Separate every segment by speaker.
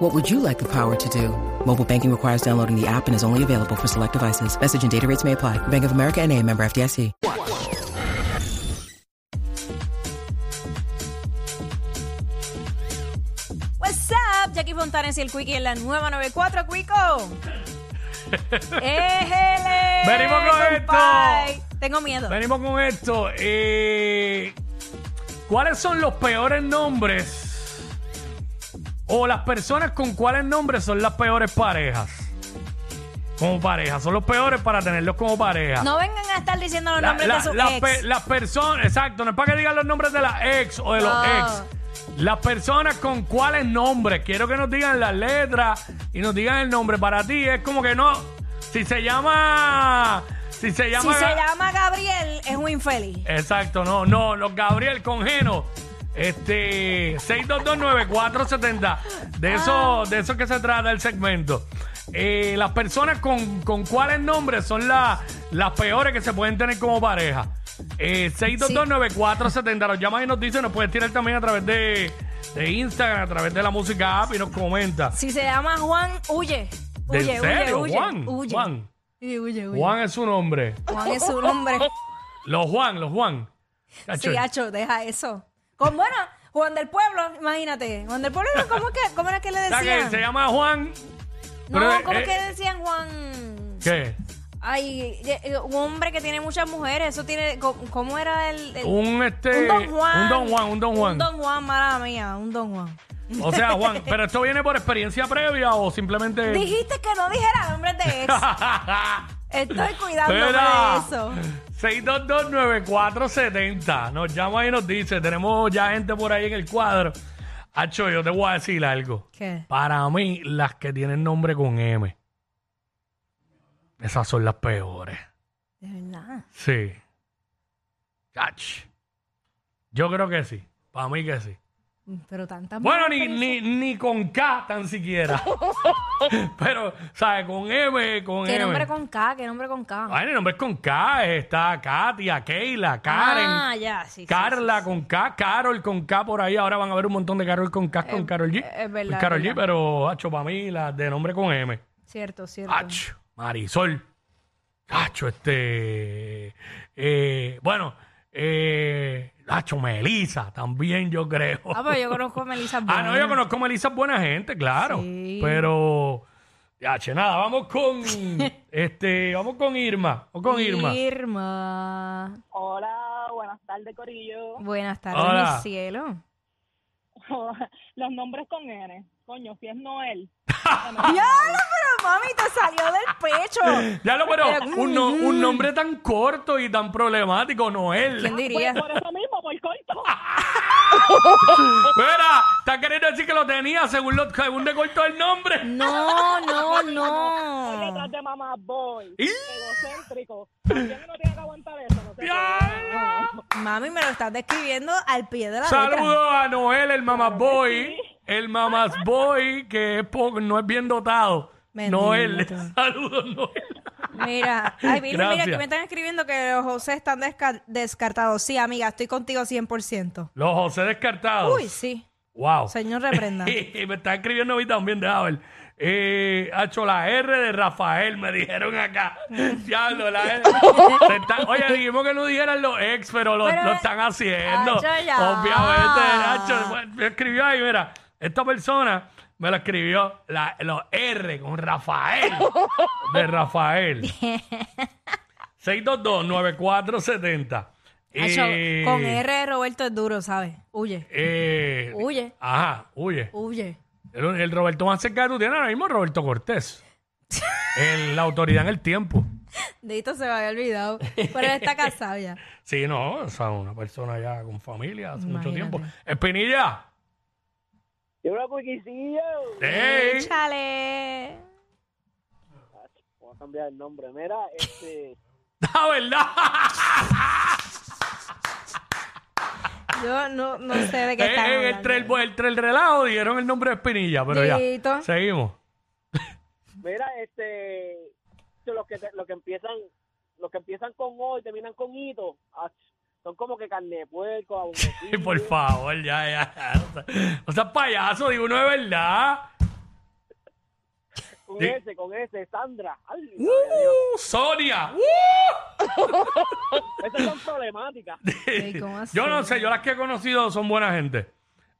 Speaker 1: What would you like the power to do? Mobile banking requires downloading the app and is only available for select devices. Message and data rates may apply. Bank of America and a member FDIC.
Speaker 2: What's up, Jackie Fontanes y el Quickie en la nueva 94, Quico. Éjele,
Speaker 3: Venimos con
Speaker 2: compay. Tengo miedo.
Speaker 3: Venimos con esto. eh, ¿Cuáles son los peores nombres? O las personas con cuáles nombres son las peores parejas. Como pareja, son los peores para tenerlos como pareja.
Speaker 2: No vengan a estar diciendo los
Speaker 3: La-
Speaker 2: nombres
Speaker 3: la-
Speaker 2: de sus
Speaker 3: las
Speaker 2: ex.
Speaker 3: pe- las personas, exacto, no es para que digan los nombres de las ex o de los
Speaker 2: No.
Speaker 3: ex. Las personas con cuáles nombres. Quiero que nos digan las letras y nos digan el nombre. Para ti es como que no. Si se llama. Si se
Speaker 2: si
Speaker 3: llama. Eh.
Speaker 2: se llama Gabriel, es un infeliz.
Speaker 3: Exacto, no, no, los Gabriel Congeno. Este 6229470.
Speaker 2: Ah.
Speaker 3: De eso, de eso que se trata el segmento. Eh, las personas con, con cuáles nombres son la- las peores que se pueden tener como pareja. Eh, 6229470. Nos llaman y nos dicen, nos puedes tirar también a través de, de Instagram, a través de la música app y nos comenta.
Speaker 2: Si se llama Juan, huye.
Speaker 3: ¿En
Speaker 2: Huye, huye,
Speaker 3: serio?
Speaker 2: huye.
Speaker 3: Juan,
Speaker 2: Huye.
Speaker 3: Juan.
Speaker 2: Sí, huye, huye.
Speaker 3: Juan es su nombre. Oh,
Speaker 2: Juan es su nombre.
Speaker 3: Los Juan, los Juan.
Speaker 2: Sí,
Speaker 3: Cacho,
Speaker 2: Hacho, deja eso. Con bueno, Juan del Pueblo, imagínate. Juan del Pueblo, no, ¿cómo, es que, cómo era que le
Speaker 3: O sea, que se
Speaker 2: decían?
Speaker 3: llama Juan.
Speaker 2: No,
Speaker 3: pero,
Speaker 2: ¿cómo
Speaker 3: eh,
Speaker 2: es que le decían Juan?
Speaker 3: ¿Qué?
Speaker 2: Ay, ye- eh, un hombre que tiene muchas mujeres, eso tiene, co- ¿cómo era el, el-
Speaker 3: Un este.
Speaker 2: un Don Juan?
Speaker 3: Un Don Juan, un Don Juan.
Speaker 2: Un Don Juan, mala mía, un Don Juan.
Speaker 3: O sea, Juan, pero esto viene por experiencia previa o simplemente.
Speaker 2: Dijiste que no dijera nombres de ex. Estoy cuidándome
Speaker 3: Espera.
Speaker 2: de eso.
Speaker 3: 6229470. Nos llama y nos dice, tenemos ya gente por ahí en el cuadro. Hacho, yo te voy a decir algo.
Speaker 2: ¿Qué?
Speaker 3: Para mí, las que tienen nombre con M, esas son las peores.
Speaker 2: De verdad.
Speaker 3: Sí. Ach. Yo creo que sí. Para mí que sí.
Speaker 2: Pero tantas
Speaker 3: Bueno,
Speaker 2: mujeres
Speaker 3: ni, ni, ni con K tan siquiera. Pero, ¿sabes? Con M, con
Speaker 2: ¿Qué
Speaker 3: M. Ah,
Speaker 2: nombre con K? ¿Qué nombre con K?
Speaker 3: Ay, el nombre es con K. Está Katia, Keila, Karen.
Speaker 2: Ah, ya, sí. sí,
Speaker 3: Carla con K, Carol con K por ahí. Ahora van a ver un montón de Carol con K con Carol G.
Speaker 2: es verdad,
Speaker 3: Carol
Speaker 2: es
Speaker 3: G,
Speaker 2: verdad.
Speaker 3: pero, hacho, para mí, la de nombre con M.
Speaker 2: sí. Cierto, cierto.
Speaker 3: Hacho, Marisol. Hacho, este. eh, bueno, eh, Hacho, Melisa también, yo creo.
Speaker 2: Ah, pero yo conozco a Melissa
Speaker 3: Ah, no, yo
Speaker 2: Bueno.
Speaker 3: conozco a Melissa buena gente, claro.
Speaker 2: Sí.
Speaker 3: Pero. Ya, che, nada, vamos con. este, vamos con Irma. Vamos con Irma.
Speaker 2: Irma.
Speaker 4: Hola, buenas tardes, Corillo.
Speaker 2: Buenas tardes,
Speaker 3: Hola.
Speaker 2: mi cielo.
Speaker 4: Los nombres con N. Coño, si es Noel.
Speaker 2: ¡Diablo, pero mami, te salió del pecho!
Speaker 3: Ya lo, pero
Speaker 2: Pero,
Speaker 3: un, no- un nombre tan corto y tan problemático,
Speaker 2: ¿Quién
Speaker 3: Noel.
Speaker 2: diría?
Speaker 4: Por eso mismo, por corto.
Speaker 3: Espera, está queriendo decir que lo tenía según, lo, según le cortó el nombre.
Speaker 2: No, no,
Speaker 4: Estoy
Speaker 5: Ah.
Speaker 2: no.
Speaker 4: detrás de mamá boy.
Speaker 3: ¡Y!
Speaker 4: Egocéntrico. ¿Quién no tiene que aguantar eso? No sé.
Speaker 3: ¡Diablo!
Speaker 2: Mami, me lo estás describiendo al pie de la letra.
Speaker 3: Saludos a Noel, el mamás boy. El mamás boy que es po- no es bien dotado.
Speaker 2: Bendito.
Speaker 3: Noel. Saludos, Noel.
Speaker 2: Mira, ay, Virgen, mira,
Speaker 3: Gracias.
Speaker 2: aquí me están escribiendo que los José están desca- descartados. Sí, amiga, estoy contigo 100%.
Speaker 3: Los José descartados.
Speaker 2: Uy, sí.
Speaker 3: Wow.
Speaker 2: Señor, reprenda.
Speaker 3: me está escribiendo a mí también, déjame ver. Eh, hecho la R de Rafael, me dijeron acá. Diablo, la R. Se está- oye, dijimos que no dijeran los ex, pero lo,
Speaker 2: Pero-
Speaker 3: lo están haciendo.
Speaker 2: Hacho, ya.
Speaker 3: Obviamente, Hacho, bueno, me escribió ahí, mira, esta persona me lo escribió la, los R con Rafael. De Rafael. 622-9470.
Speaker 2: Hacho,
Speaker 3: Eh,
Speaker 2: Con R de Roberto es duro, ¿sabes? Huye,
Speaker 3: eh,
Speaker 2: huye,
Speaker 3: Ajá, huye.
Speaker 2: huye.
Speaker 3: El, el Roberto más cerca de tu tienes ahora mismo es Roberto Cortés. El- la autoridad en el tiempo.
Speaker 2: De esto se me había olvidado. Pero él está casado ya.
Speaker 3: Sí, no, o sea, una persona ya con familia hace mucho
Speaker 2: Imagínate.
Speaker 3: tiempo. Espinilla.
Speaker 4: Yo creo que quisillo.
Speaker 3: ¡Ey!
Speaker 2: ¡Chale!
Speaker 4: Voy a cambiar el nombre. Mira, este.
Speaker 3: ¡La verdad!
Speaker 2: Yo no, no sé de qué
Speaker 3: Eh,
Speaker 2: están
Speaker 3: eh,
Speaker 2: hablando.
Speaker 3: entre, el, entre el relajo dijeron el nombre de Espinilla, pero ya.
Speaker 2: Dieguito.
Speaker 3: Seguimos.
Speaker 5: Mira, este, los que te- los que empiezan, los que empiezan con O y terminan con hito, ach, son como que carne de puerco,
Speaker 3: Ay,
Speaker 5: abuelito.
Speaker 3: por favor, ya, ya. ya. No seas- No seas payaso, digo uno de verdad.
Speaker 5: con
Speaker 3: Sí.
Speaker 5: ese, con ese, Sandra. Ay,
Speaker 3: ¡Uh! ¡Sonia! ¡Uh!
Speaker 5: esas son problemáticas.
Speaker 2: Ey, ¿cómo así?
Speaker 3: Yo no sé, yo las que he conocido son buena gente.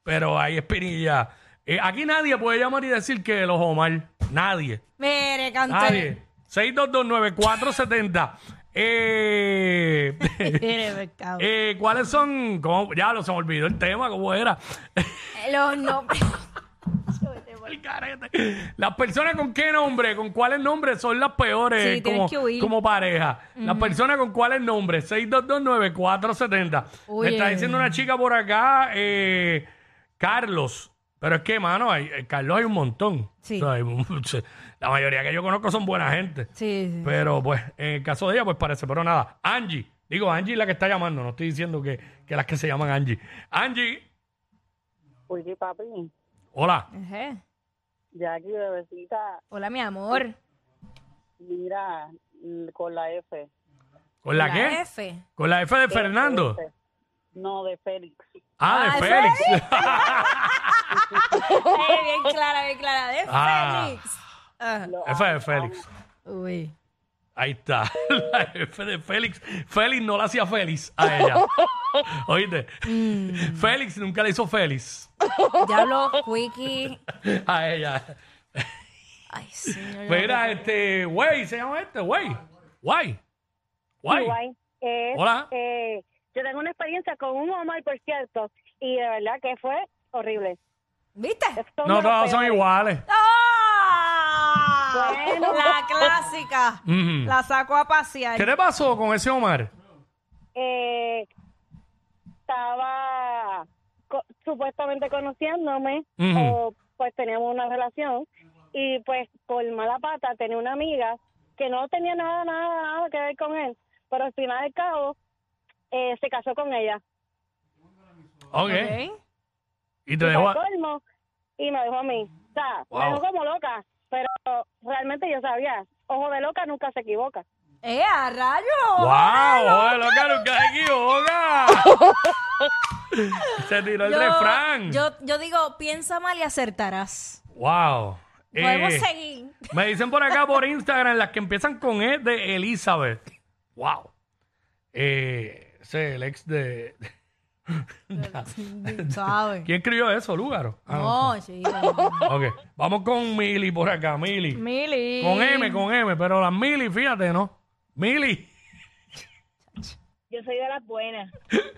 Speaker 3: Pero hay Espinilla. Eh, aquí nadie puede llamar y decir que los Omar. Nadie.
Speaker 2: Mire, canté.
Speaker 3: Nadie. 6229470. Eh,
Speaker 2: Mire, mercado.
Speaker 3: eh, ¿Cuáles son? cómo- Ya lo se me olvidó el tema, ¿cómo era?
Speaker 2: Eh, Los nombres.
Speaker 3: El carete. Las personas con qué nombre, con cuáles nombres son las peores
Speaker 2: Sí, tienes
Speaker 3: como,
Speaker 2: que huir.
Speaker 3: como pareja. Las personas con cuáles nombres, 6229470. Me
Speaker 2: Oye.
Speaker 3: está diciendo una chica por acá, eh, Carlos. Pero es que, mano, hay- eh, Carlos hay un montón.
Speaker 2: Sí.
Speaker 3: O sea, hay un- la mayoría que yo conozco son buena gente.
Speaker 2: Sí, sí.
Speaker 3: Pero pues, en el caso de ella, pues parece, pero nada. Angie, digo, Angie es la que está llamando, no estoy diciendo que, que las que se llaman Angie. Angie,
Speaker 5: Oye, Pues papi,
Speaker 3: hola.
Speaker 2: Ejé.
Speaker 5: Jackie, bebecita,
Speaker 2: Hola, mi amor.
Speaker 5: mira,
Speaker 6: mm,
Speaker 5: con la F.
Speaker 3: ¿Con la, qué?
Speaker 2: F. Eh,
Speaker 3: ¿Con la F de Fernando?
Speaker 5: No, de Félix.
Speaker 3: Ah, de
Speaker 2: Ah, de
Speaker 3: Félix.
Speaker 2: Eh, bien clara, bien clara. De
Speaker 3: Ah.
Speaker 2: Félix. Ah.
Speaker 3: F de Félix.
Speaker 2: Uy.
Speaker 3: Ahí está. La F de Félix. Félix no la hacía Félix a ella. Oíste.
Speaker 2: Mm.
Speaker 3: Félix nunca le hizo Félix
Speaker 2: Ya habló Wiki.
Speaker 3: a ella.
Speaker 2: Ay, señor.
Speaker 3: Mira, este, güey, se llama este, güey. Guay. Guay.
Speaker 6: Uruguay. Es,
Speaker 3: Hola.
Speaker 6: eh, yo tengo una experiencia con un Omar, por cierto, y de verdad que fue horrible.
Speaker 2: ¿Viste?
Speaker 6: Son
Speaker 3: No
Speaker 6: de los
Speaker 3: todos son
Speaker 6: peores.
Speaker 3: iguales.
Speaker 2: ¡Ah!
Speaker 6: Bueno.
Speaker 2: La clásica.
Speaker 3: Ujú.
Speaker 2: La sacó a pasear.
Speaker 3: Mm-hmm. ¿Qué le pasó con ese Omar?
Speaker 6: Eh, estaba co- supuestamente conociéndome,
Speaker 3: Ujú.
Speaker 6: o pues teníamos una relación, y pues por mala pata tenía una amiga que no tenía nada, nada, nada que ver con él, pero al final del cabo eh, se casó con ella.
Speaker 3: Ok.
Speaker 2: Ok.
Speaker 3: Y te
Speaker 6: y
Speaker 3: dejó.
Speaker 6: al
Speaker 3: a-
Speaker 6: colmo, y me dejó a mí. O sea,
Speaker 3: Wow.
Speaker 6: me dejó como loca, pero realmente yo sabía, ojo de loca nunca se equivoca.
Speaker 2: ¡Eh, a rayo!
Speaker 3: ¡Wow! Oye, loca, nunca se equivoca. Se tiró el refrán.
Speaker 2: Yo, yo digo, piensa mal y acertarás.
Speaker 3: Wow.
Speaker 2: Podemos
Speaker 3: Eh,
Speaker 2: seguir.
Speaker 3: Me dicen por acá por Instagram las que empiezan con E de Elizabeth. Wow. Eh, ese es el ex de.
Speaker 2: ¿Sabes?
Speaker 3: ¿Quién escribió eso, Lúgaro? Ah,
Speaker 2: No, chico.
Speaker 3: Ok. Vamos con Mili por acá, Mili.
Speaker 2: Mili.
Speaker 3: Con M, con M, pero las Mili, fíjate, ¿no? Mili.
Speaker 6: Yo soy de las buenas.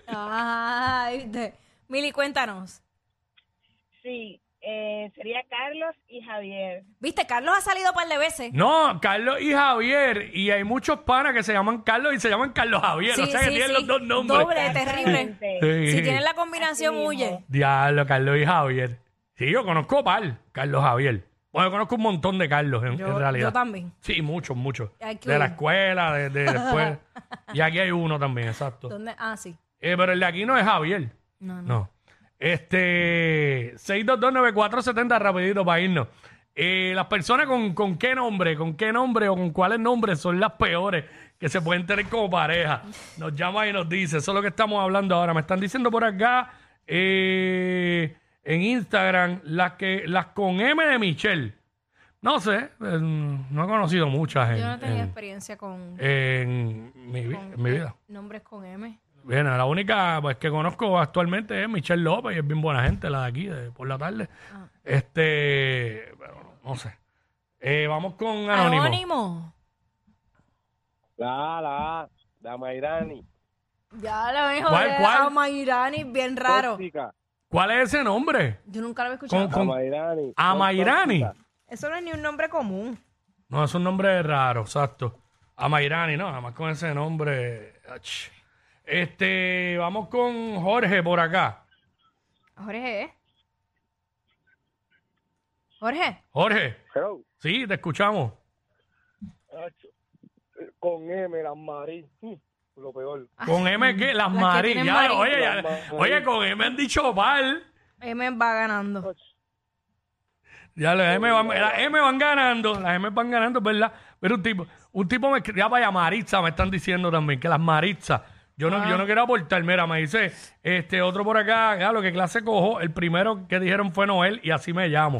Speaker 2: Ay, viste. Mili, cuéntanos.
Speaker 6: Sí, eh, sería Carlos y Javier.
Speaker 2: Viste, Carlos ha salido un par de veces.
Speaker 3: No, Carlos y Javier. Y hay muchos panas que se llaman Carlos y se llaman Carlos Javier. o sea que tienen los dos nombres.
Speaker 2: Doble, terrible.
Speaker 3: Sí.
Speaker 2: Si tienes la combinación, huye.
Speaker 3: Diablo, Carlos y Javier. Sí, yo conozco par, Carlos Javier. Bueno, yo conozco un montón de Carlos en, en realidad.
Speaker 2: yo también.
Speaker 3: Sí, muchos, muchos.
Speaker 2: Hay que
Speaker 3: De la
Speaker 2: huir.
Speaker 3: escuela, de, de después. y aquí hay uno también, exacto.
Speaker 2: ¿Dónde? Ah, sí.
Speaker 3: Eh, pero el de aquí no es Javier.
Speaker 2: No, no.
Speaker 3: No. Este, 6229470, rapidito para irnos. Eh, las personas con, con qué nombre, con qué nombre o con cuáles nombres son las peores que se pueden tener como pareja. Nos llama y nos dice, eso es lo que estamos hablando ahora. Me están diciendo por acá eh, en Instagram las que las con M de Michelle. No sé, eh, no he conocido muchas en,
Speaker 2: Yo no tenía
Speaker 3: en-
Speaker 2: experiencia con,
Speaker 3: en Eh, mi, vi- en mi vida.
Speaker 2: nombres con M.
Speaker 3: Bueno, la única pues, que conozco actualmente es Michelle López y es bien buena gente, la de aquí, de por la tarde.
Speaker 2: Ah.
Speaker 3: Este, pero no, no sé. Eh, vamos con Anónimo.
Speaker 2: Anónimo.
Speaker 5: La, la, la Mayrani.
Speaker 2: Ya lo ven
Speaker 3: ¿Cuál,
Speaker 2: joder
Speaker 3: cuál?
Speaker 2: a Mayrani, bien raro.
Speaker 5: Tóxica,
Speaker 3: ¿Cuál es ese nombre?
Speaker 2: Yo nunca lo había escuchado.
Speaker 3: Con, con- Ah.
Speaker 5: Mayrani.
Speaker 3: Amairani.
Speaker 2: Eso no es ni un nombre común.
Speaker 3: No, es un nombre raro, exacto. Amairani, no, nada más con ese nombre. ach. Este, vamos con Jorge por acá.
Speaker 2: Jorge, ¿eh? Jorge,
Speaker 3: Jorge,
Speaker 5: Hello.
Speaker 3: sí, te escuchamos.
Speaker 5: Acho, eh, Con M, las marí. Mm. lo peor.
Speaker 3: Con M, ¿qué? Las
Speaker 2: Ah, Las que
Speaker 3: Marí.
Speaker 2: tienen
Speaker 3: Ya,
Speaker 2: Marí.
Speaker 3: oye, ya-
Speaker 5: Las Marí.
Speaker 3: oye, con M han dicho pal.
Speaker 2: M eh, va ganando.
Speaker 3: Ya, las M, van, las M van ganando. Las M van ganando, es ¿verdad? Pero un tipo, un tipo me escribía, vaya, Maritza, me están diciendo también, que las Maritza. Yo no, yo no quiero aportar, mira, me dice este otro por acá, ya lo que clase cojo, el primero que dijeron fue Noel y así me llamo.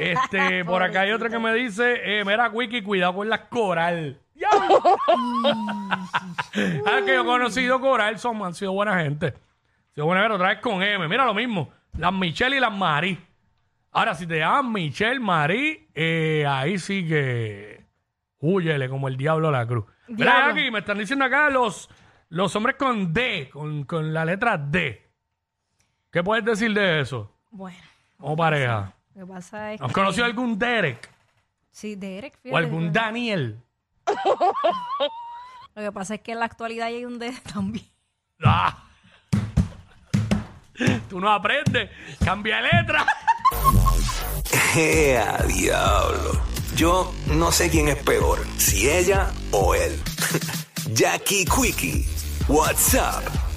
Speaker 3: este, por acá hay otro que me dice, eh, mira, Wiki, cuidado con las coral. ¡Diablo! ah, que yo he conocido coral, son, han sido buena gente. Han sido buena gente, otra vez con M, mira lo mismo, las Michelle y las Mari. Ahora, si te llaman Michelle Marí, eh, ahí sí que huyele como el diablo a la cruz. Mira,
Speaker 2: Diablo.
Speaker 3: aquí me están diciendo acá los, los hombres con D, con, con la letra D. ¿Qué puedes decir de eso?
Speaker 2: Bueno,
Speaker 3: Como pareja.
Speaker 2: lo que pasa es
Speaker 3: ¿Has
Speaker 2: que-
Speaker 3: conocido algún Derek?
Speaker 2: Sí, Derek.
Speaker 3: ¿O
Speaker 2: fíjate,
Speaker 3: algún Daniel?
Speaker 2: Lo que pasa es que en la actualidad hay un Derek también.
Speaker 3: ¡Ah! Tú no aprendes. Cambia letra.
Speaker 7: ¡Ea, diablo! Yo no sé quién es peor, si ella o él. Jackie Quickie, WhatsApp,